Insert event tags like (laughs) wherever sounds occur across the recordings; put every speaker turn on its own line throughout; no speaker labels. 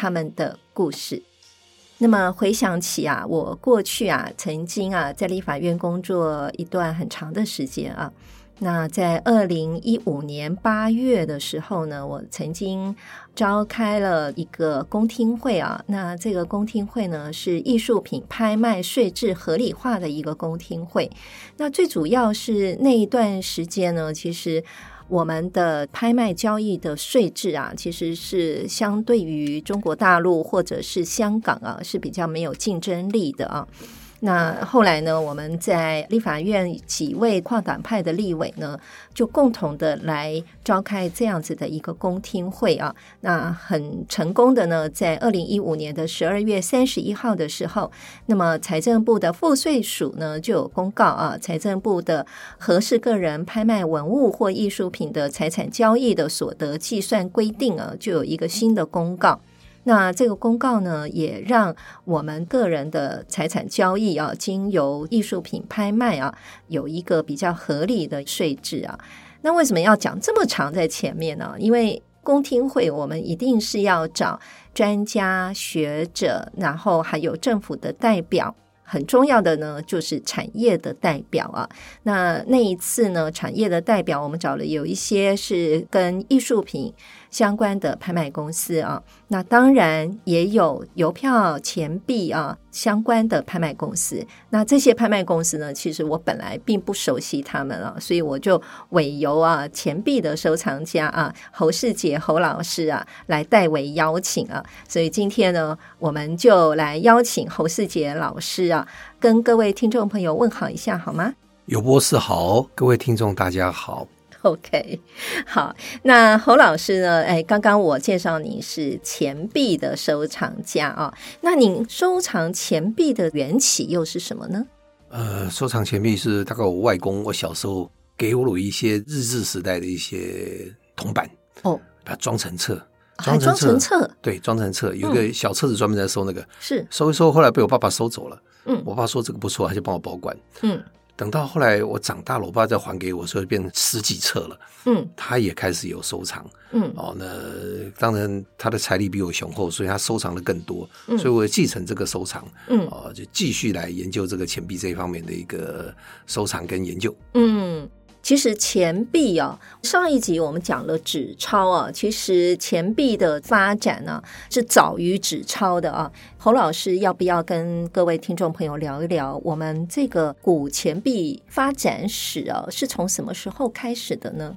他们的故事。那么回想起啊，我过去啊，曾经啊，在立法院工作一段很长的时间啊。那在二零一五年八月的时候呢，我曾经召开了一个公听会啊。那这个公听会呢，是艺术品拍卖税制合理化的一个公听会。那最主要是那一段时间呢，其实。我们的拍卖交易的税制啊，其实是相对于中国大陆或者是香港啊，是比较没有竞争力的啊。那后来呢，我们在立法院几位跨党派的立委呢，就共同的来召开这样子的一个公听会啊。那很成功的呢，在二零一五年的十二月三十一号的时候，那么财政部的赋税署呢就有公告啊，财政部的合适个人拍卖文物或艺术品的财产交易的所得计算规定啊，就有一个新的公告。那这个公告呢，也让我们个人的财产交易啊，经由艺术品拍卖啊，有一个比较合理的税制啊。那为什么要讲这么长在前面呢？因为公听会我们一定是要找专家学者，然后还有政府的代表。很重要的呢，就是产业的代表啊。那那一次呢，产业的代表我们找了有一些是跟艺术品相关的拍卖公司啊，那当然也有邮票、钱币啊相关的拍卖公司。那这些拍卖公司呢，其实我本来并不熟悉他们啊，所以我就委由啊钱币的收藏家啊侯世杰侯老师啊来代为邀请啊，所以今天呢，我们就来邀请侯世杰老师啊。跟各位听众朋友问好一下好吗？
有博士好，各位听众大家好。
(laughs) OK，好，那侯老师呢？哎，刚刚我介绍您是钱币的收藏家啊、哦，那您收藏钱币的缘起又是什么呢？
呃，收藏钱币是大概我外公，我小时候给我一些日治时代的一些铜板
哦，啊
把它装成册。
装成册，嗯
对，装成册有一个小册子专门在收那个，
是
收一收，后来被我爸爸收走了。
嗯，
我爸说这个不错，他就帮我保管。
嗯，
等到后来我长大了，我爸再还给我，所以变成十几册了。
嗯，
他也开始有收藏。
嗯，
哦，那当然他的财力比我雄厚，所以他收藏的更多，所以我继承这个收藏。
嗯，
哦，就继续来研究这个钱币这一方面的一个收藏跟研究。
嗯。其实钱币啊，上一集我们讲了纸钞啊，其实钱币的发展呢、啊、是早于纸钞的啊。侯老师要不要跟各位听众朋友聊一聊，我们这个古钱币发展史啊，是从什么时候开始的呢？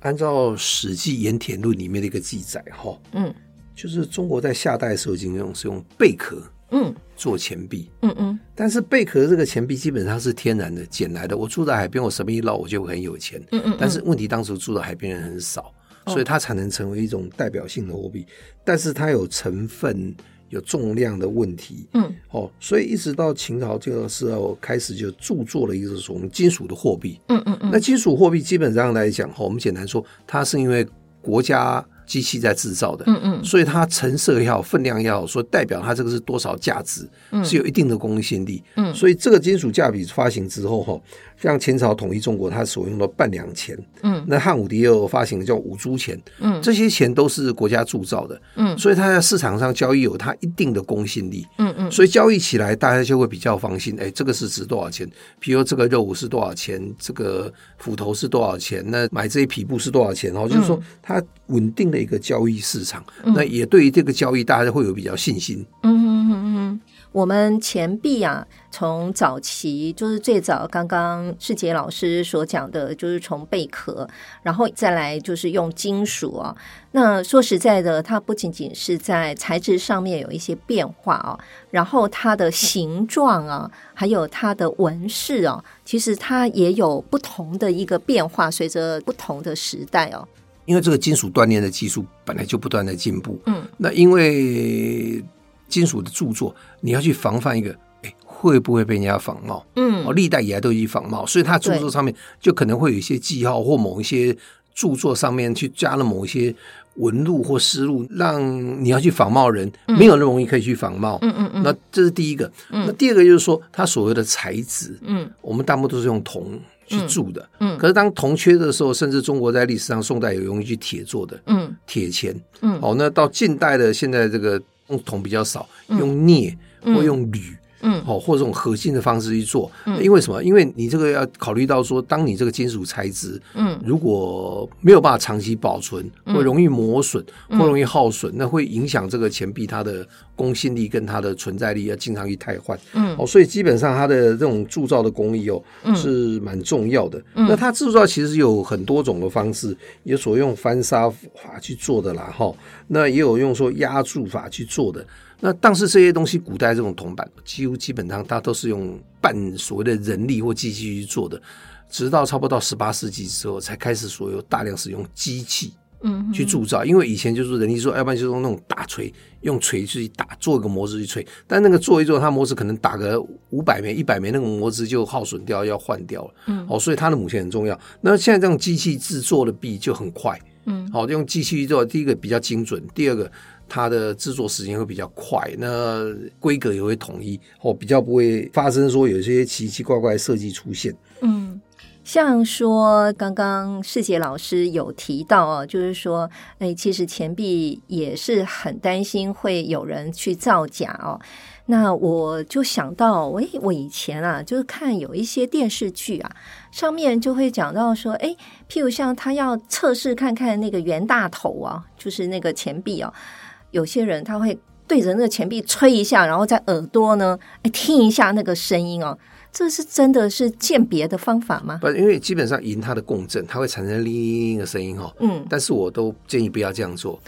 按照《史记·盐田论》里面的一个记载，哈，
嗯，
就是中国在夏代的时候已经用是用贝壳，
嗯。
做钱币，
嗯嗯，
但是贝壳这个钱币基本上是天然的捡来的。我住在海边，我什么一捞我就很有钱，
嗯嗯。
但是问题当时住在海边人很少，
哦
所以它才能成为一种代表性的货币。但是它有成分、有重量的问题，
嗯，
哦，所以一直到秦朝这个时候开始就著作了一个从金属的货币。
嗯嗯
那金属货币基本上来讲，哦哈，我们简单说，它是因为国家机器在制造的，
嗯嗯
所以它成色也好，分量也好，所以代表它这个是多少价值，是有一定的公信力。
嗯
所以这个金属价比发行之后，哈，像秦朝统一中国，它所用的半两钱，
嗯，
那汉武帝也有发行的叫五铢钱，
嗯，
这些钱都是国家铸造的，
嗯
所以它在市场上交易有它一定的公信力，
嗯嗯，
所以交易起来大家就会比较放心，哎，这个是值多少钱？比如这个肉是多少钱，这个斧头是多少钱？那买这些匹布是多少钱？哦，就是说它稳定的一个交易市场，那也对于这个交易大家会有比较信心。
嗯嗯嗯嗯，我们钱币啊，从早期就是最早刚刚世杰老师所讲的，就是从贝壳，然后再来就是用金属啊。那说实在的，它不仅仅是在材质上面有一些变化啊，然后它的形状啊，还有它的纹饰啊，其实它也有不同的一个变化，随着不同的时代哦、
因为这个金属锻炼的技术本来就不断的进步，
嗯，
那因为金属的著作，你要去防范一个，哎，会不会被人家仿冒？
嗯
哦，历代以来都去仿冒，所以它著作上面就可能会有一些记号或某一些著作上面去加了某一些纹路或思路，让你要去仿冒人没有那么容易可以去仿冒。
嗯嗯嗯嗯
那这是第一个。那第二个就是说，它所谓的材质，
嗯
我们大部分都是用铜去铸的。
嗯嗯
可是当铜缺的时候，甚至中国在历史上宋代有用一具铁做的
嗯
铁钱。
嗯
哦，那到近代的现在这个用铜比较少，用镍或用铝。
嗯
哦，或者这种合金的方式去做，因为什么？因为你这个要考虑到说，当你这个金属材质
嗯
如果没有办法长期保存，会容易磨损，
嗯
或容易耗损，那会影响这个钱币它的公信力跟它的存在力，要经常去汰换。
嗯
哦，所以基本上它的这种铸造的工艺哦是蛮重要的。那它制造其实有很多种的方式，有所用翻砂法去做的啦，哈，那也有用说压铸法去做的。那但是这些东西，古代这种铜板几乎基本上它都是用半所谓的人力或机器去做的，直到差不多到十八世纪之后，才开始所有大量使用机器。
嗯
去铸造，因为以前就是人力说，要不然就是用那种大锤，用锤去打，做一个模子去锤，但那个做一做，它模子可能打个五百枚、一百枚，那个模子就耗损掉，要换掉了。
嗯
哦，所以它的母线很重要。那现在这种机器制作的币就很快，
嗯，
好、用机器做，第一个比较精准，第二个它的制作时间会比较快，那规格也会统一，哦，比较不会发生说有一些奇奇怪怪的设计出现。
嗯，像说刚刚世杰老师有提到哦，就是说，哎，其实钱币也是很担心会有人去造假哦。那我就想到，哎，我以前啊，就是看有一些电视剧啊，上面就会讲到说，哎，譬如像他要测试看看那个袁大头啊，就是那个钱币哦，有些人他会对着那个钱币吹一下，然后在耳朵呢，哎，听一下那个声音哦，这是真的是鉴别的方法吗？
不，因为基本上银它的共振，它会产生铃铃铃的声音哈、哦。
嗯
但是我都建议不要这
(laughs)
样做。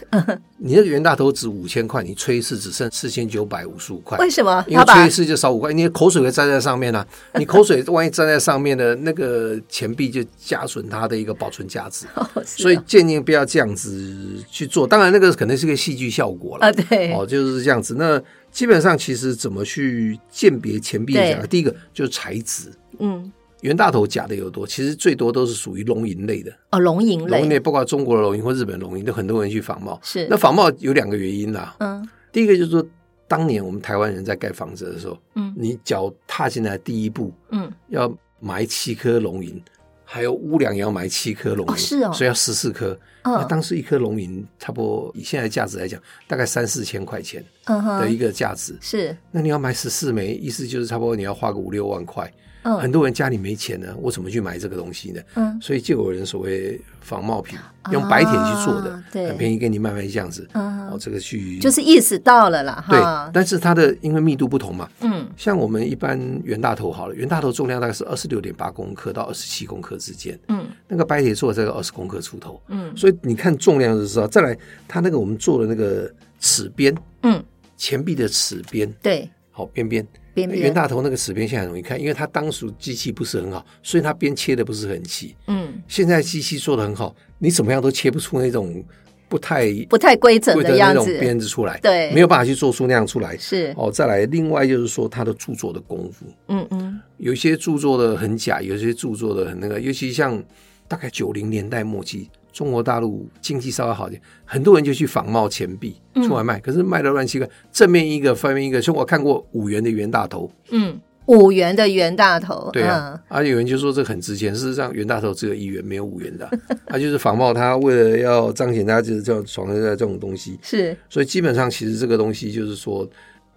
你那个袁大头值五千块，你吹一次只剩四千九百五十五块，
为什么
因
他
为
把
吹一次就少五块，你的口水会粘在上面
(laughs)
啊。你口水万一粘在上面的那个钱币就加损它的一个保存价值，
哦是
所以
哦
建议不要这样子去做。当然，那个可能是个戏剧效果了
啊，。对，
哦，就是这样子。那基本上其实怎么去鉴别钱币的假？
对
第一个就是材质，
嗯，
袁大头假的有多，其实最多都是属于龙银类的。
哦，龙吟
龙
类
吟类包括中国的龙吟或日本龙吟，都很多人去仿冒。
是
那仿冒有两个原因啦，
嗯
第一个就是说，当年我们台湾人在盖房子的时候，
嗯
你脚踏进来第一步
嗯
要埋七颗龙吟，还有屋梁也要埋七颗龙吟、
哦是哦
所以要十四颗。那
嗯
当时一颗龙吟差不多以现在价值来讲，大概三四千块钱
嗯
的一
哼，
个价值。
是
那你要买十四枚，意思就是差不多你要花个五六万块。很
嗯
多人家里没钱呢，我怎么去买这个东西呢？
嗯
所以就有人所谓仿冒品，用白铁去做的，
啊对
很便宜，给你慢慢这样子。
嗯
哦，
哼，
这个去
就是意识到了啦
对
哈，，
但是它的因为密度不同嘛，
嗯
像我们一般袁大头好了，袁大头重量大概是二十六点八公克到二十七公克之间，
嗯
那个白铁做的这个二十公克出头，
嗯
所以你看重量就知道。再来，它那个我们做的那个齿边，
嗯，
钱币的齿边，
对，
好边边。
边
袁
边
大头那个齿边现在很容易看，因为它当时机器不是很好，所以它边切的不是很齐。
嗯
现在机器做的很好，你怎么样都切不出那种不太
不太规整
贵
的
那
样
种
子，
鞭子出来，
对
没有办法去做出那样出来。
是
哦，再来，另外就是说他的著作的功夫，
嗯嗯
有一些著作的很假，有一些著作的很那个，尤其像大概九零年代末期，中国大陆经济稍微好一点，很多人就去仿冒钱币
嗯
出来卖，可是卖的乱七八糟，正面一个，反面一个。像我看过五元的袁大头，
嗯，五元的袁大头，嗯
对啊，而且有人就说这很值钱，事实上袁大头只有一元，没有五元的啊、 (laughs) 他就是仿冒他，为了要彰显他就是这种床上的这种东西
嗯，，是
所以基本上其实这个东西就是说，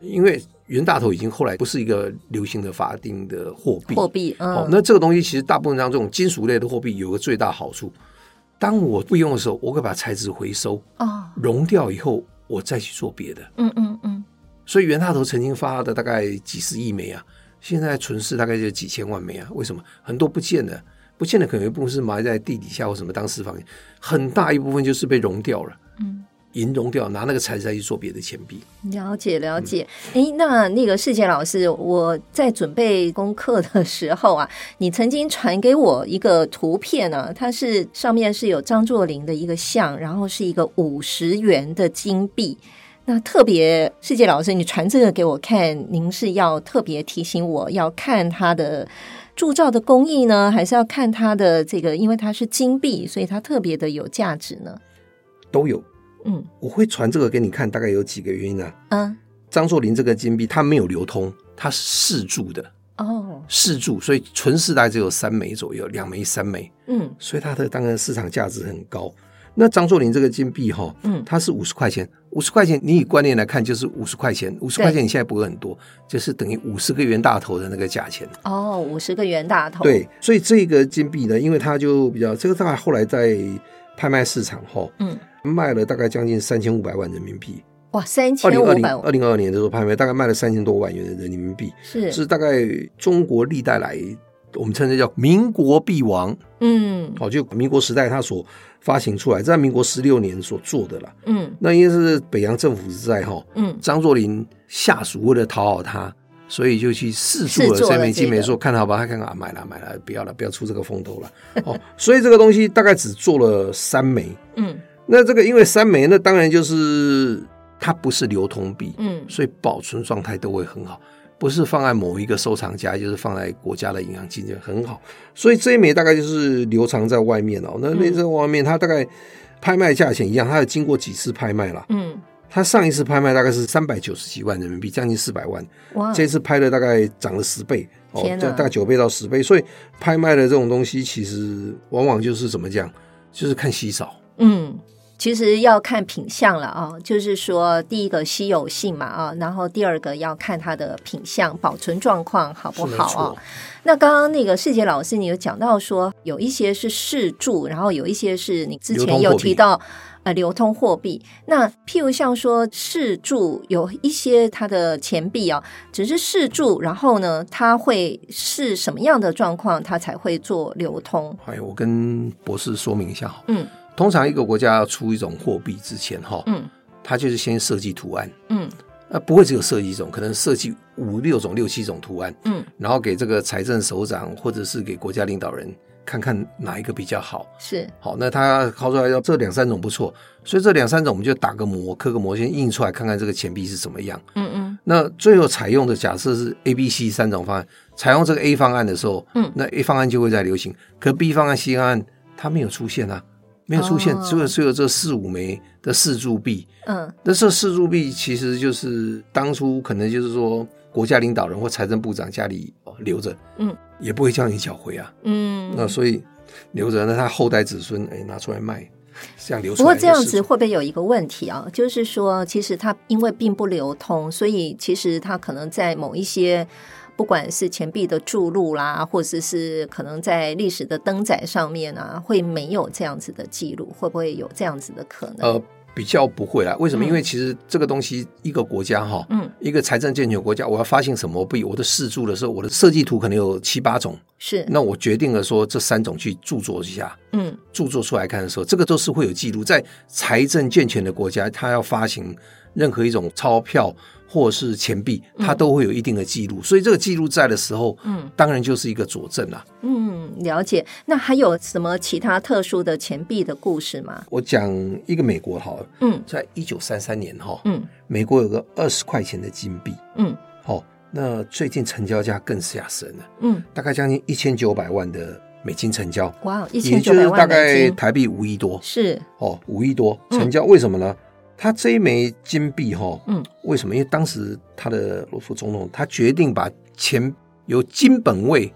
因为袁大头已经后来不是一个流行的法定的货币，
货币，
哦
嗯，，
那这个东西其实大部分上这种金属类的货币有个最大好处，当我不用的时候，我可以把材质回收
哦，
熔掉以后，我再去做别的。
嗯嗯嗯
所以袁大头曾经发的大概几十亿枚啊，现在存世大概就几千万枚啊。为什么？很多不见了，不见了，可能有一部分是埋在地底下或什么当私房钱，很大一部分就是被熔掉了，
嗯。
银熔掉，拿那个材质再去做别的钱币。
了解了解，诶，那那个世杰老师，我在准备功课的时候啊，你曾经传给我一个图片呢、啊，它是上面是有张作霖的一个像，然后是一个五十元的金币，那特别世界老师，你传这个给我看，您是要特别提醒我要看它的铸造的工艺呢，还是要看它的这个，因为它是金币，所以它特别的有价值呢？
都有。
嗯
我会传这个给你看，大概有几个原因啊。
嗯
张作霖这个金币它没有流通，它是试铸的，
哦
试铸，所以存世大概只有三枚左右，两枚、三枚，
嗯
所以它的当然市场价值很高。那张作霖这个金币哈，
嗯
它是五十块钱，五十块钱，你以观念来看就是五十块钱，五十
对
块钱你现在不会很多，就是等于五十个元大头的那个价钱。
哦，五十个元大头
对，所以这个金币呢，因为它就比较这个，大概后来在拍卖市场哈，
嗯
卖了大概将近三千五百万人民币。
哇三
二
千
零
五
二零呃
百
二零二二年的时候拍卖，大概卖了三千多万元人民币，
是
是大概中国历代来我们称之叫民国币王
嗯
哦，就民国时代它所发行出来，在民国十六年所做的啦。
嗯
那因为是北洋政府是在哈，
嗯
张作霖下属为了讨好他，所以就去试
试
做了
做了
这枚金
这个
没错，看好吧，他看看啊，买了买了，不要了，不要出这个风头 (laughs) 了。哦，所以这个东西大概只做了三枚。
嗯
那这个因为三枚，那当然就是它不是流通币，
嗯
所以保存状态都会很好，不是放在某一个收藏家，就是放在国家的银行基金很好。所以这一枚大概就是流藏在外面哦。
嗯
那那在外面，它大概拍卖价钱一样，它有经过几次拍卖啦。
嗯
它上一次拍卖大概是三百九十几万人民币，将近四百万。
哇
这次拍的大概涨了十倍，哦，
嗯天啊
这
哪
大概九倍到十倍。所以拍卖的这种东西，其实往往就是怎么讲，就是看稀少。
嗯，其实要看品相了啊，就是说第一个稀有性嘛啊，然后第二个要看它的品相、保存状况好不
是没
好
错
啊。那刚刚那个世杰老师，你有讲到说有一些是试铸，然后有一些是你之
流
前
通
有
货币
提到。呃，流通货币，那譬如像说试铸，有一些它的钱币啊，只是试铸，然后呢，它会是什么样的状况，它才会做流通？
哎，我跟博士说明一下哈，
嗯
通常一个国家要出一种货币之前哈，
嗯
它就是先设计图案，
嗯
呃，不会只有设计一种，可能设计五六种、六七种图案，
嗯，
然后给这个财政首长或者是给国家领导人看看哪一个比较好。
是
好，那他考出来要这两三种不错，所以这两三种我们就打个模、刻个模，先印出来看看这个钱币是怎么样。
嗯嗯
那最后采用的假设是 A、B、C 三种方案，采用这个 A 方案的时候，
嗯
那 A 方案就会在流行，可 B 方案、C 方案它没有出现啊，没有出现，
哦
只有只有这四五枚的四柱币。
嗯
那这四柱币其实就是当初可能就是说国家领导人或财政部长家里哦留着，
嗯，
也不会叫你缴回啊，
嗯，
那所以留着，那他后代子孙哎拿出
(laughs)
来卖，这样流出
不
来
过
就
这样
是
子会不会有一个问题啊？就是说，其实它因为并不流通，所以其实它可能在某一些，不管是钱币的注入啦，或者是可能在历史的登载上面啊，会没有这样子的记录，会不会有这样子的可能？
呃，比较不会啦。为什么？
嗯
因为其实这个东西，一个国家哈，
嗯，
一个财政健全的国家，我要发行什么币，我的试注的时候，我的设计图可能有七八种，
是，
那我决定了说这三种去著作一下，
嗯
著作出来看的时候，这个都是会有记录。在财政健全的国家，它要发行任何一种钞票或是钱币，它都会有一定的记录。所以这个记录在的时候，
嗯
当然就是一个佐证啦。
嗯，了解。那还有什么其他特殊的钱币的故事吗？
我讲一个美国好了，
嗯
在一九三三年哈，
嗯
美国有个二十块钱的金币。
嗯
哦，那最近成交价更吓神了，
嗯，
大概将近一千九百万的美金成交，
哇，哦一
也
千
就
九
是
百
大
万
概
美金，
台币五亿多
是，
哦，五亿多
嗯
成交，为什么呢？它这一枚金币哈、哦，
嗯，
为什么？因为当时他的罗斯总统他决定把钱由金本位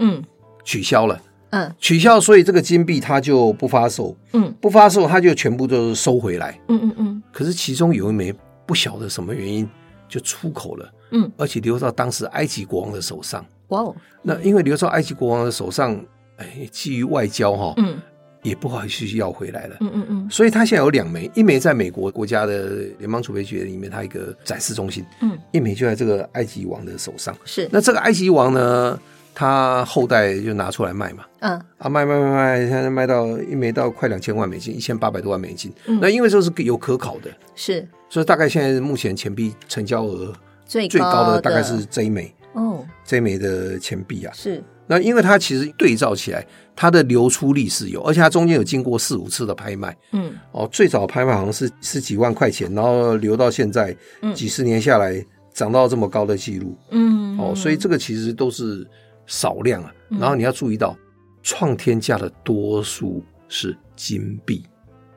嗯
取消了，
嗯
取消，所以这个金币它就不发售，
嗯
不发售它就全部都收回来。
嗯嗯嗯
可是其中有一枚不晓得什么原因就出口了，
嗯，
而且流到当时埃及国王的手上。
哇哦，
那因为留到埃及国王的手上，哎，基于外交哈、
嗯
也不好意思要回来了。
嗯嗯嗯
所以他现在有两枚，一枚在美国国家的联邦储备局里面，它一个展示中心，
嗯，
一枚就在这个埃及王的手上。
是，
那这个埃及王呢，他后代就拿出来卖嘛，
嗯
啊，卖卖卖卖，现在卖到一枚到快两千万美金，一千八百多万美金。
嗯
那因为这是有可考的，
是
所以大概现在目前钱币成交额
最
最高
高
的大概是这一枚，
哦，
这一枚的钱币啊。
是
那因为它其实对照起来，它的流出力是有，而且它中间有经过四五次的拍卖
嗯
哦。最早拍卖好像是十几万块钱，然后留到现在
嗯
几十年下来涨到这么高的记录
嗯
哦，所以这个其实都是少量啊。
嗯
然后你要注意到，创天价的多数是金币，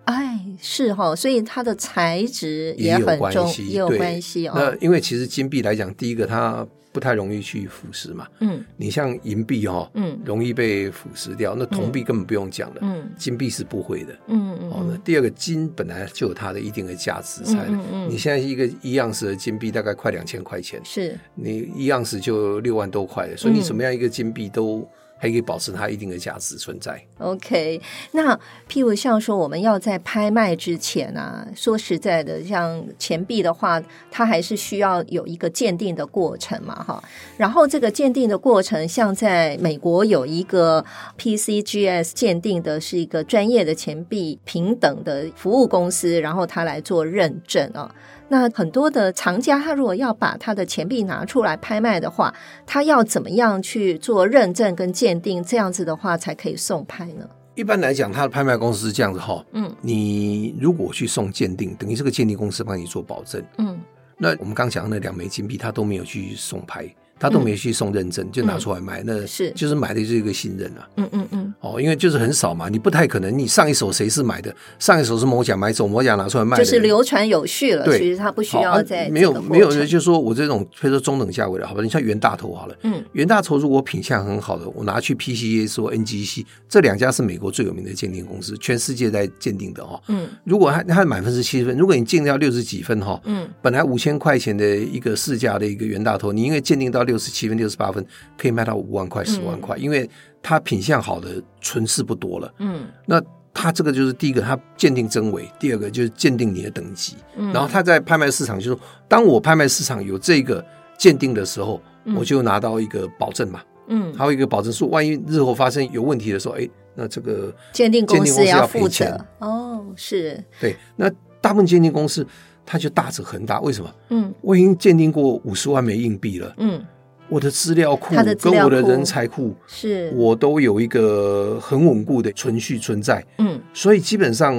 哎是哈、所以它的材质
也有
很
关
重，
系
也有
对
关系
那
哦。
因为其实金币来讲，第一个它不太容易去腐蚀嘛，
嗯
你像银币哦，
嗯
容易被腐蚀掉，那铜币根本不用讲了，
嗯
金币是不会的。
嗯
哦，那
嗯
第二个金本来就有它的一定的价值在的。
嗯嗯嗯
你现在一个一盎司的金币大概快两千块钱，
是
你一盎司就六万多块了，所以
嗯
你怎么样一个金币都还可以保持它一定的价值存在。
OK，那譬如像说我们要在拍卖之前啊，说实在的，像钱币的话，它还是需要有一个鉴定的过程嘛，哈。然后这个鉴定的过程，像在美国有一个 PCGS 鉴定的是一个专业的钱币平等的服务公司，然后它来做认证啊。那很多的藏家，他如果要把他的钱币拿出来拍卖的话，他要怎么样去做认证跟鉴定？这样子的话才可以送拍呢？
一般来讲，它的拍卖公司是这样子哈、
嗯
你如果去送鉴定，等于这个鉴定公司帮你做保证。
嗯
那我们刚讲的那两枚金币，他都没有去送牌，他都没有去送认证，就拿出来卖，那
嗯是
就是买的就是一个信任啊。
嗯嗯嗯，
哦，因为就是很少嘛，你不太可能，你上一手谁是买的，上一手是某甲买走，某甲拿出来卖的，
就是流传有序了。
对
其实他不需
好
要
啊
再、
没有没有，就是说我这种比如说中等价位的，好吧，你像袁大头好了，
嗯
袁大头如果品相很好的，我拿去 PCA 说 NGC 这两家是美国最有名的鉴定公司，全世界在鉴定的哦。
嗯
如果他他满分是七分，如果你鉴定到六十几分哈、
嗯
本来五千块钱的一个市价的一个袁大头，你因为鉴定到六十七分、六十八分，可以卖到五万块、十
嗯
万块，因为它品相好的存世不多了。
嗯
那它这个就是第一个，它鉴定真伪；第二个就是鉴定你的等级。
嗯，
然后它在拍卖市场，就是说当我拍卖市场有这个鉴定的时候，
嗯
我就拿到一个保证嘛，
嗯，
还有一个保证说，万一日后发生有问题的时候，哎，那这个
鉴定公
鉴定公
司
司要
负
赔
责
钱
哦，是
对，那大部分鉴定公司它就大者恒大，为什么？
嗯
我已经鉴定过五十万枚硬币了。
嗯
我的资料库
他的资
跟
料库
我的人才库，
是
我都有一个很稳固的存续存在，
嗯
所以基本上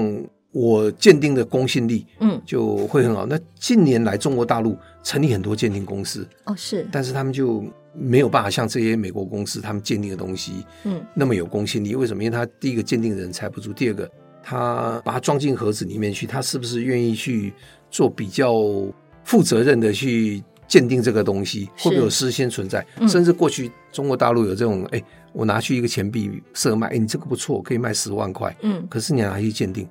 我鉴定的公信力
嗯
就会很好。那近哎年来中国大陆成立很多鉴定公司，
哦是
但是他们就没有办法像这些美国公司他们鉴定的东西
嗯
那么有公信力。为什么？因为他第一个鉴定人才不足，第二个他把它装进盒子里面去，他是不是愿意去做比较负责任的去鉴定这个东西，
是
会不会有私心存在？
嗯
甚至过去中国大陆有这种，哎，我拿去一个钱币色卖，哎，你这个不错，可以卖十万块，
嗯
可是你拿去鉴定。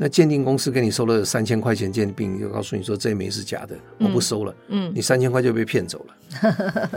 那鉴定公司给你收了三千块钱鉴定，就告诉你说这一枚是假的，我不收了，
嗯
你三千块就被骗走了。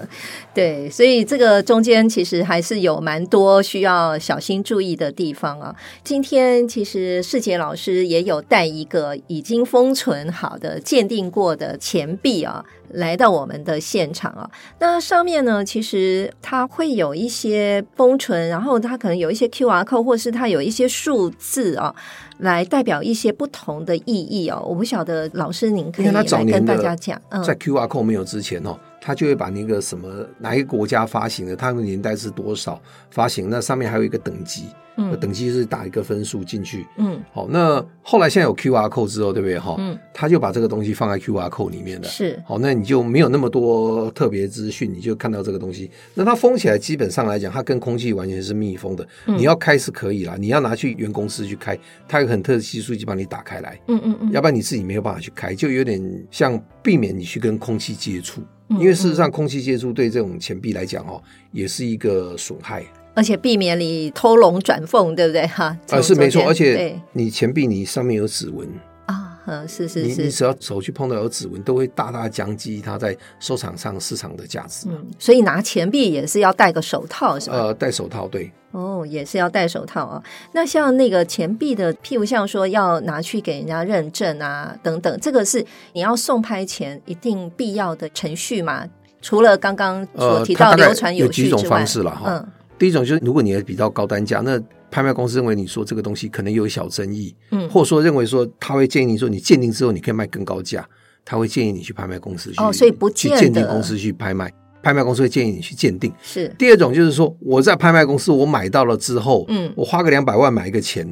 对，所以这个中间其实还是有蛮多需要小心注意的地方啊。今天其实世杰老师也有带一个已经封存好的、鉴定过的钱币啊，来到我们的现场啊。那上面呢，其实它会有一些封存，然后它可能有一些 Q R code，或是它有一些数字啊，来代表一些不同的意义哦。我不晓得老师您可以
因为
来
它早
跟
年
大
的
家讲，嗯
在 QR code 没有之前哦，他就会把那个什么哪一个国家发行的，它的年代是多少发行，那上面还有一个等级，那
嗯
等级是打一个分数进去。
嗯
好，那后来现在有 QR code 之后，对不对哈？
嗯，
他就把这个东西放在 QR code 里面了。
是
好，那你就没有那么多特别资讯，你就看到这个东西。那它封起来，基本上来讲，它跟空气完全是密封的。
嗯
你要开是可以啦，你要拿去原公司去开，它有很特技术就帮你打开来。
嗯嗯嗯，
要不然你自己没有办法去开，就有点像避免你去跟空气接触，
嗯
因为事实上空气接触对这种钱币来讲哦，也是一个损害，
嗯而且避免你偷龙转凤，对不对？哈，这
呃
种
是没错，
中间对
而且你钱币你上面有指纹，
啊，嗯，是
你
是
你
是，
只要手去碰到有指纹，都会大大降低它在收藏上市场的价值。
嗯，所以拿钱币也是要戴个手套，是吧？
呃，戴手套对，
哦，也是要戴手套啊。那像那个钱币的，譬如像说要拿去给人家认证啊，等等，这个是你要送拍前一定必要的程序嘛？除了刚刚所
呃，
提
它
到
大
流传
概有
序
几
之
种
外，
方式了哈。
嗯
第一种就是如果你的比较高单价，那拍卖公司认为你说这个东西可能有小争议，
嗯，
或者说认为说他会建议你说你鉴定之后你可以卖更高价，他会建议你去拍卖公司去
哦所以不
去
见得
鉴定公司去拍卖。拍卖公司会建议你去鉴定。
是，
第二种就是说，我在拍卖公司我买到了之后，
嗯，
我花个两百万买一个钱，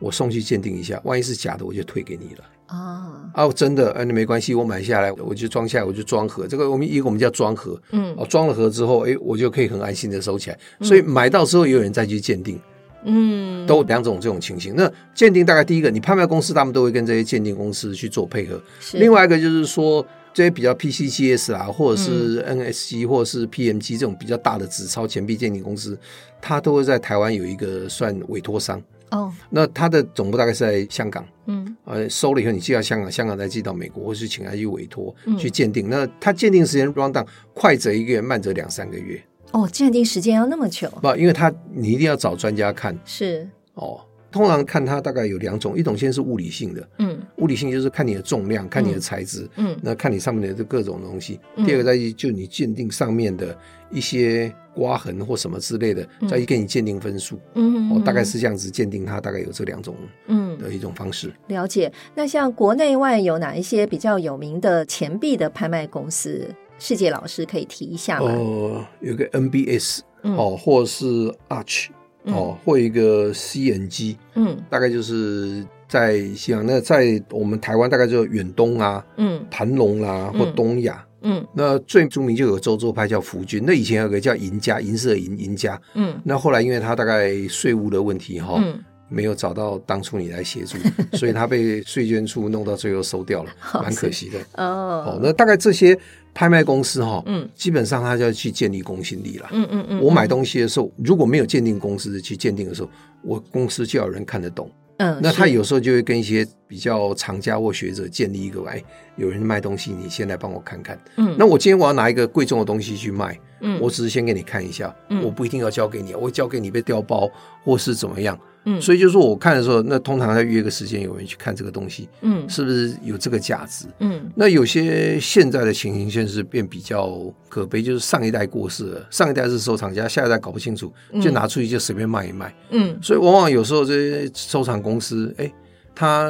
我送去鉴定一下，万一是假的，我就退给你了。
哦，
啊，真的，嗯、那没关系，我买下来，我就装下来，我就装盒。这个我们一个我们叫装盒，
嗯
哦，装了盒之后，哎，我就可以很安心的收起来。所以买到之后，也有人再去鉴定，
嗯，
都有两种这种情形。那鉴定大概第一个，你拍卖公司他们都会跟这些鉴定公司去做配合。
是
另外一个就是说，这些比较 PCGS 啊，或者是
嗯
NSG 或者是 PMG 这种比较大的纸钞钱币鉴定公司，它都会在台湾有一个算委托商。
哦，
那它的总部大概是在香港，
嗯
呃，收了以后你寄到香港，香港再寄到美国，或是请他去委托
嗯
去鉴定。那它鉴定时间 round down 快则一个月，慢则两三个月，
哦，鉴定时间要那么久，
不，因为它你一定要找专家看
是，
哦。通常看它大概有两种，一种先是物理性的，
嗯
物理性就是看你的重量，看你
嗯
的材质，
嗯
那看你上面的各种东西。
嗯
第二个再去就你鉴定上面的一些刮痕或什么之类的
嗯，
再去给你鉴定分数。
嗯，
哦，大概
嗯
是这样子鉴定它，大概有这两种
嗯
的一种方式。
了解。那像国内外有哪一些比较有名的钱币的拍卖公司？世界老师可以提一下吗？
哦，有个 NBS
嗯
哦，或者是 Arch 哦，或一个 CNG，
嗯
大概就是在西洋。那在我们台湾大概就远东啊、
嗯
盘龙啦或
嗯
东亚。
嗯
那最著名就有个周周派叫福军，那以前有个叫银家，银色的银银家。
嗯
那后来因为他大概税务的问题哈、
嗯，
没有找到当初你来
(laughs)
协助，所以他被税捐处弄到最后收掉了，
好
蛮可惜的。哦
哦，，
那大概这些拍卖公司哈、
嗯
基本上它就要去建立公信力了。
嗯嗯嗯，
我买
嗯
东西的时候，如果没有鉴定公司去鉴定的时候，我公司就要有人看得懂。
嗯，
那他
是
有时候就会跟一些比较藏家或学者建立一个，哎，有人卖东西，你先来帮我看看。
嗯，
那我今天我要拿一个贵重的东西去卖，
嗯
我只是先给你看一下，
嗯
我不一定要交给你，我交给你被调包或是怎么样。
嗯
所以就是我看的时候，那通常要约个时间，有人去看这个东西
嗯
是不是有这个价值。
嗯
那有些现在的情形，现在是变比较可悲，就是上一代过世了，上一代是收藏家，下一代搞不清楚，就拿出去就随便卖一卖。
嗯
所以往往有时候这些收藏公司，哎，他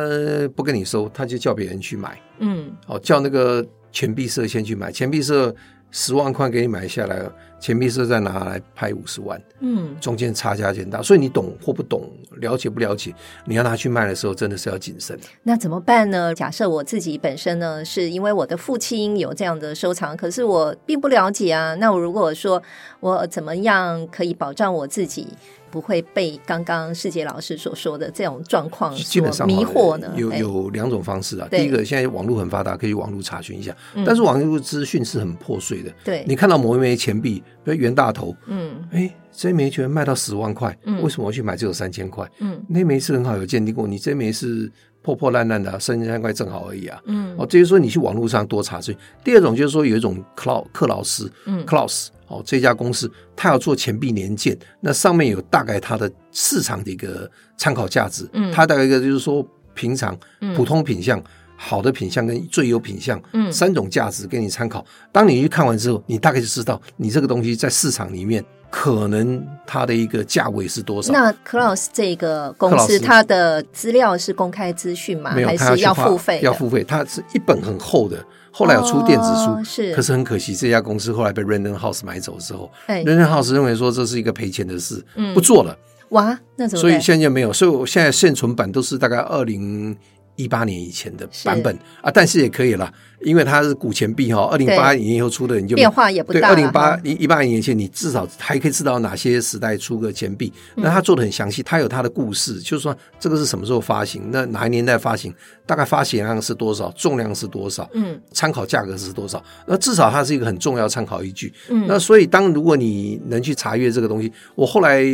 不跟你收，他就叫别人去买，
嗯
哦，叫那个钱币社先去买，钱币社十万块给你买下来，钱币社再拿来拍五十万，
嗯
中间差价就很大。所以你懂或不懂，了解不了解，你要拿去卖的时候，真的是要谨慎。
那怎么办呢？假设我自己本身呢，是因为我的父亲有这样的收藏，可是我并不了解啊。那我如果说我怎么样可以保障我自己不会被刚刚世杰老师所说的这种状况
基本
所
上哈啊
迷惑呢？
有
哎
有两种方式啊。
对
第一个，现在网络很发达，可以去网络查询一下，但是网络资讯是很破碎
嗯
的。
对，
你看到某一枚钱币，比如袁大头，
嗯
哎，这枚居然卖到十万块，
嗯
为什么我去买只有三千块？
嗯
那枚是很好有鉴定过，你这枚是破破烂烂的、啊，三千块正好而已啊。
嗯
哦，这就是说你去网络上多查询。第二种就是说有一种克劳克劳斯
嗯
Klaus 哦这家公司，它要做钱币年鉴，那上面有大概它的市场的一个参考价值。
嗯
它大概一个就是说平常
嗯
普通品相、好的品相跟最优品相、
嗯
三种价值给你参考。当你去看完之后，你大概就知道你这个东西在市场里面可能它的一个价位是多少。
那 Klaus 这个公
克劳
司，
斯
它的资料是公开资讯吗？
没有，
还
它
是
去画
付费的？
要付费，它是一本很厚的。后来有出电子书，
哦是
可是很可惜，这家公司后来被 Random House 买走之后、
哎
r a n d o m House 认为说这是一个赔钱的事，
嗯
不做了，
哇，那怎么
所以
办？
现在就没有。所以我现在现存版都是大概二零一八年以前的版本啊，但是也可以啦，因为它是古钱币哈，二零八年以后出的你就
变化也不
对，
大
二
了
零八
哈
零一八年以前，你至少还可以知道哪些时代出个钱币。那他做的很详细，他有他的故事，就是说这个是什么时候发行，那哪一年代发行，大概发行量是多少，重量是多少，
嗯，
参考价格是多少。那至少它是一个很重要参考依据。
嗯
那所以当如果你能去查阅这个东西，我后来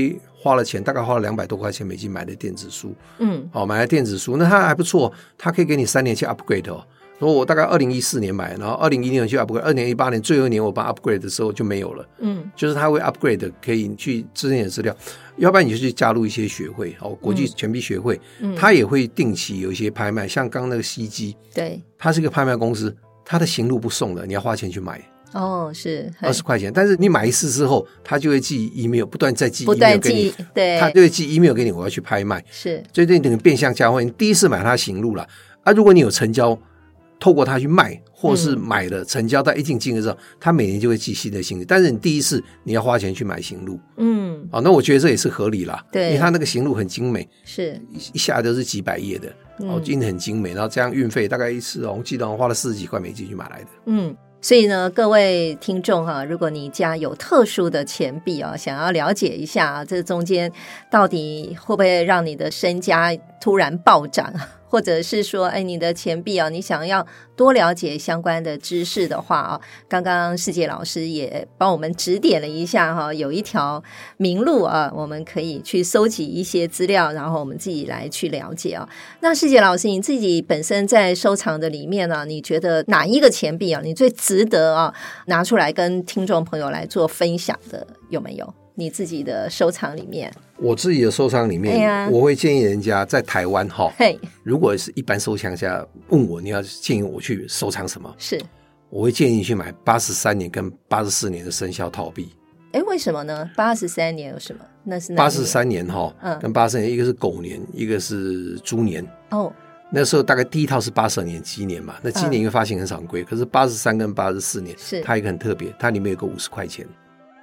花了钱，大概花了两百多块钱美金买的电子书，
嗯
哦，买了电子书，那它还不错，它可以给你三年去 upgrade 哦。然后我大概二零一四年买，然后二零一六年去 upgrade，二零一八年最后一年我把 upgrade 的时候就没有了，
嗯
就是它会 upgrade 的，可以去之前的资料，要不然你就去加入一些学会哦，国际拳击学会，
嗯，
它也会定期有一些拍卖，像刚刚那个西基，
对
它是一个拍卖公司，它的行路不送了，你要花钱去买
哦是
二十块钱，但是你买一次之后，它就会寄 email，不断再寄
不断
email 给
记
你，
对
它就会寄 email 给你，我要去拍卖。
是
所以这等于变相交换。你第一次买它行路了啊，如果你有成交，透过它去卖，或是买了成交到一定金额之后，它每年就会寄新的行路。但是你第一次你要花钱去买行路
嗯，
啊，那我觉得这也是合理啦，
对
因为它那个行路很精美，
是，嗯
一一下都是几百页的，哦，印得很精美，然后这样运费大概一次哦，我记得我花了四十几块美金去买来的。
嗯，所以呢，各位听众哈、如果你家有特殊的钱币啊，想要了解一下、啊、这中间到底会不会让你的身家突然暴涨啊，或者是说，哎，你的钱币啊，你想要多了解相关的知识的话啊，刚刚世界老师也帮我们指点了一下哈、有一条明路啊，我们可以去搜集一些资料，然后我们自己来去了解啊。那世杰老师，你自己本身在收藏的里面呢、啊你觉得哪一个钱币啊，你最值得啊拿出来跟听众朋友来做分享的，有没有？你自己的收藏里面，
我自己的收藏里面，
对啊
我会建议人家在台湾哈，
嘿，
如果是一般收藏家问我你要建议我去收藏什么，
是，
我会建议去买八十三年跟八十四年的生肖套币。
哎，为什么呢？八十三年有什么？那是哪
八
一年
十三年哈
嗯，
跟八十年，一个是狗年，一个是猪年。
哦，
那时候大概第一套是八十年鸡年嘛，那鸡年因为发行很常规，可是八十三跟八十四年
嗯是哦
它一个很特别，它里面有个五十块钱，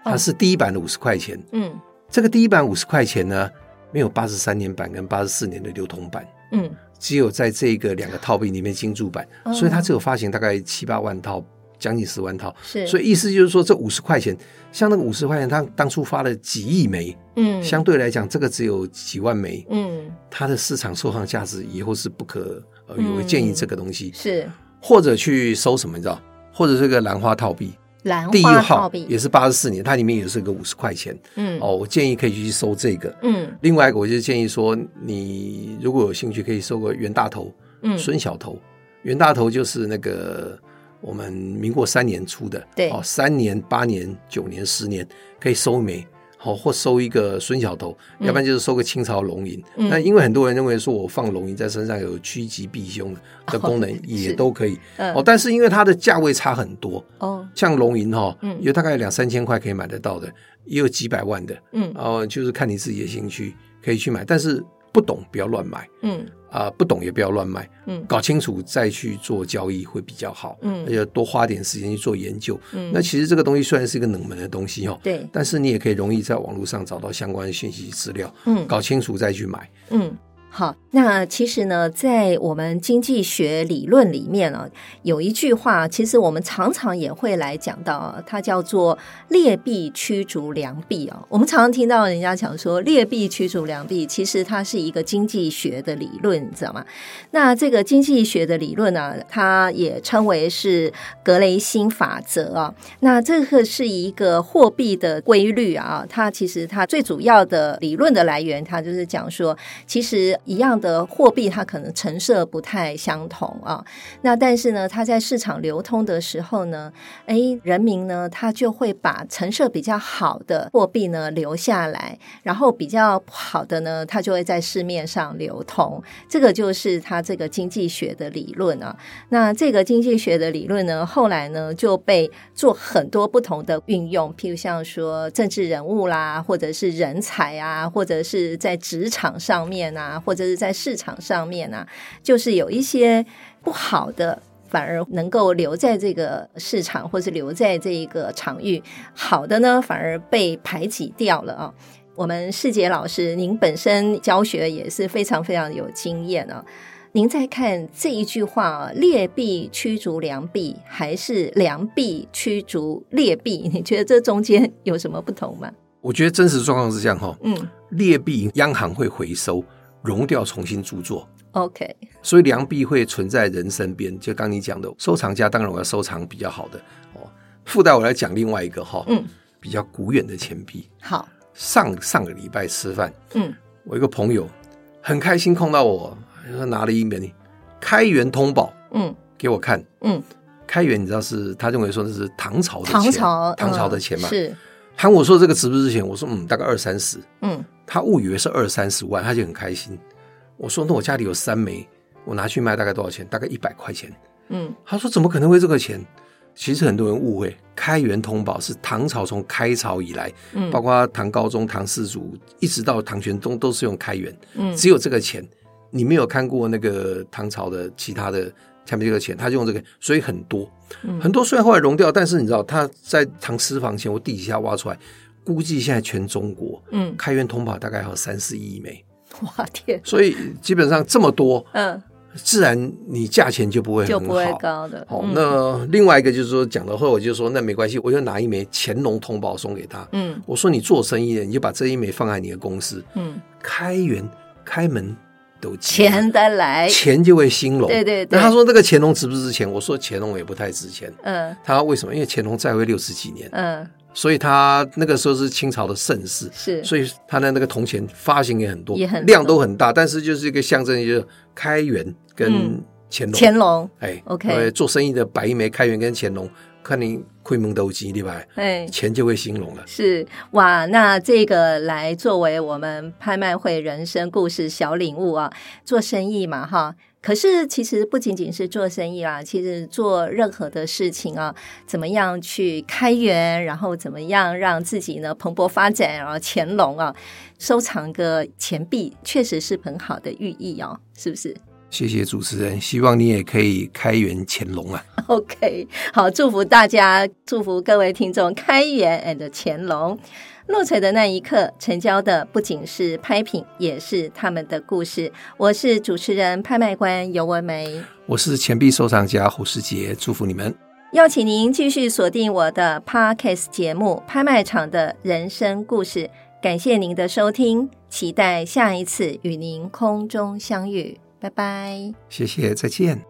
它是第一版的五十块钱。
嗯
这个第一版五十块钱呢，没有八十三年版跟八十四年的流通版。
嗯，
只有在这个两个套币里面金铸版，
哦
所以它只有发行大概七八万套，将近十万套。
是，
所
以
以意思就是说，这五十块钱，像那个五十块钱，它当初发了几亿枚，
嗯，
相对来讲，这个只有几万枚，
嗯
它的市场收藏价值以后是不可呃，
嗯
我建议这个东西，
是
或者去收什么，你知道，或者这个兰花套币，
兰
第一
花
号
套币
也，是八十四年，它里面也是个五十块钱
嗯
哦，我建议可以去收这个。
嗯
另外一个，我就建议说，你如果有兴趣，可以收个袁大头。
嗯，
孙小头，袁大头就是那个我们民国三年出的，
对
哦，三年、八年、九年、十年可以收一枚，好、或收一个孙小头，
嗯
要不然就是收个清朝龙吟。
嗯
那因为很多人认为说我放龙吟在身上有趋吉避凶的功能，也
哦是
都可以
嗯
哦，但是因为它的价位差很多，
哦
像龙吟哈、哦，
嗯
有大概两三千块可以买得到的，也有几百万的，
嗯
哦，就是看你自己的兴趣可以去买，但是不懂不要乱买
嗯
啊、不懂也不要乱卖。
嗯
搞清楚再去做交易会比较好，而
嗯
且多花点时间去做研究。
嗯，
哎那其实这个东西虽然是一个冷门的东西哦，
对，
但是你也可以容易在网络上找到相关的信息资料，
嗯
搞清楚再去买。
嗯，好，那其实呢，在我们经济学理论里面啊，有一句话，其实我们常常也会来讲到啊，它叫做劣币驱逐良币啊。我们常常听到人家讲说劣币驱逐良币，其实它是一个经济学的理论，你知道吗？那这个经济学的理论呢、它也称为是格雷欣法则啊。那这个是一个货币的规律啊，它其实它最主要的理论的来源，它就是讲说，其实一样的货币，它可能成色不太相同啊。那但是呢，它在市场流通的时候呢，诶，人民呢，他就会把成色比较好的货币呢留下来，然后比较不好的呢，它就会在市面上流通。这个就是它这个经济学的理论啊。那这个经济学的理论呢，后来呢就被做很多不同的运用，譬如像说政治人物啦，或者是人才啊，或者是在职场上面啊，或者是在市场上面啊，就是有一些不好的。反而能够留在这个市场，或是留在这一个场域，好的呢反而被排挤掉了啊。我们世杰老师，您本身教学也是非常非常有经验啊。您再看这一句话啊，劣币驱逐良币，还是良币驱逐劣币？你觉得这中间有什么不同吗？
我觉得真实状况是这样哈、哦，
嗯
劣币央行会回收、熔掉、重新著作。
，OK，
所以良币会存在人身边，就刚你讲的，收藏家当然我要收藏比较好的哦。附带我来讲另外一个哈、
嗯，
比较古远的钱币。
好，
上上个礼拜吃饭，
嗯
我一个朋友很开心碰到我，他拿了一枚开元通宝
嗯
给我看。
嗯，
开元你知道是他认为说那是唐朝的钱，
唐朝
唐朝的
嗯
钱嘛。
是，
喊我说这个值不值钱？我说嗯，大概二三十。
嗯
他误以为是二三十万，他就很开心。我说那我家里有三枚，我拿去卖大概多少钱？大概一百块钱。
嗯
他说怎么可能会这个钱？其实很多人误会，开元通宝是唐朝从开朝以来，
嗯，
包括唐高宗、唐世祖，一直到唐玄宗都是用开元。
嗯
只有这个钱，你没有看过那个唐朝的其他的下面这个钱，他就用这个，所以很多
嗯
很多。虽然后来融掉，但是你知道他在藏私房钱或地底下挖出来，估计现在全中国
嗯，
开源通宝大概还有三四亿枚，
哇天，
所以基本上这么多，
嗯，
自然你价钱就不会
就
很
不会
好。
高的。
好、
嗯
那另外一个就是说讲了后，我就说那没关系，我就拿一枚乾隆通宝送给他。
嗯
我说你做生意的，你就把这一枚放在你的公司，
嗯，
开源开门都
钱得来，
钱就会兴隆。
哎对对对
那他说这个乾隆值不值钱？我说乾隆也不太值钱。
嗯
他为什么？因为乾隆在位六十几年，
嗯，
所以他那个时候是清朝的盛世，
是，
所以他的那个铜钱发行也很多，
也很多
量都很大，但是就是一个象征，就是开元跟
嗯
乾隆。
乾隆，
哎
OK
呃做生意的白一枚开元跟乾隆，看你亏蒙斗鸡，对吧？
哎，
钱就会兴隆了。
是哇，那这个来作为我们拍卖会人生故事小领悟啊，做生意嘛哈。可是其实不仅仅是做生意啦，其实做任何的事情啊，怎么样去开源，然后怎么样让自己呢蓬勃发展，然后乾隆啊，收藏个钱币确实是很好的寓意哦，是不是？
谢谢主持人，希望你也可以开元乾隆啊！
(laughs) OK，好，祝福大家，祝福各位听众开源 and 乾隆。落锤的那一刻，成交的不仅是拍品，也是他们的故事。我是主持人、拍卖官尤文梅，
我是钱币收藏家胡世杰，祝福你们。
邀请您继续锁定我的 Podcast 节目《拍卖场的人生故事》。感谢您的收听，期待下一次与您空中相遇，拜拜。
谢谢，再见。